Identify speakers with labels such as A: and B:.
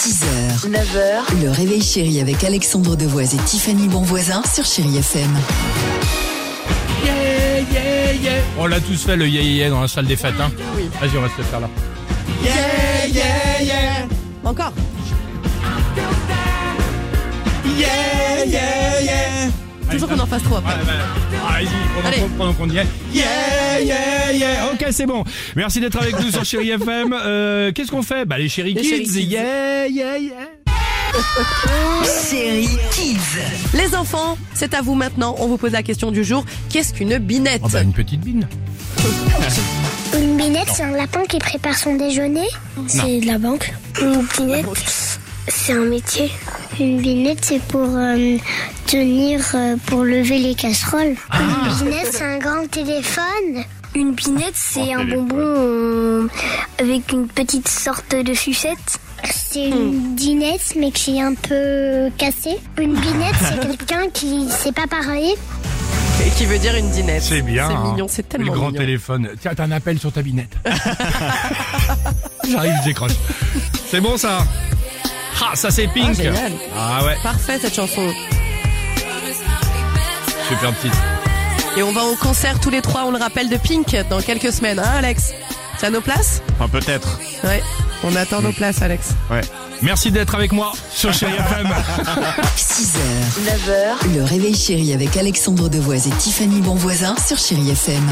A: 6h, 9h, le réveil chéri avec Alexandre Devoise et Tiffany Bonvoisin sur Chérie FM.
B: Yeah, yeah, yeah. On l'a tous fait le yeah, yeah, yeah dans la salle des fêtes. Hein. Vas-y, on va se le faire là. Yeah, yeah, yeah.
C: Encore
B: Yeah, yeah, yeah.
C: Toujours qu'on en fasse trois.
B: Ouais, ouais. Ah, Vas-y,
C: Allez.
B: pendant qu'on- pendant qu'on y est. Yeah, yeah, yeah. Ok, c'est bon. Merci d'être avec nous sur Chéri FM. Euh, Qu'est-ce qu'on fait Bah, les Chéri Kids.
C: Chéri Kids.
B: Yeah, yeah, yeah.
A: Chérie Kids.
C: Les enfants, c'est à vous maintenant. On vous pose la question du jour. Qu'est-ce qu'une binette
B: Oh, bah, une petite bine.
D: Une binette, c'est un lapin qui prépare son déjeuner. C'est de la banque. Une binette, c'est un métier. Une binette, c'est pour euh, tenir, euh, pour lever les casseroles. Une binette, c'est un grand téléphone. Une binette, c'est
B: Grand
D: un
B: téléphone.
D: bonbon euh, avec une petite sorte de sucette. C'est une binette, mais qui est un peu cassée. Une binette, c'est quelqu'un qui sait pas parler.
C: Et qui veut dire une dinette
B: C'est bien.
C: C'est
B: hein.
C: mignon, c'est tellement
B: Le grand
C: mignon.
B: téléphone. Tiens, t'as un appel sur ta binette. J'arrive, je décroche. C'est bon ça Ah, ça c'est Pink.
C: génial.
B: ah ouais,
C: Parfait cette chanson.
B: super petite.
C: Et on va au concert tous les trois, on le rappelle, de Pink dans quelques semaines, hein Alex Tu as nos places
E: Enfin, peut-être. Mm.
C: Ouais. On attend nos places, Alex.
B: Merci d'être avec moi sur Chéri FM.
A: 6h, 9h, le réveil chéri avec Alexandre Devoise et Tiffany Bonvoisin sur Chérie FM.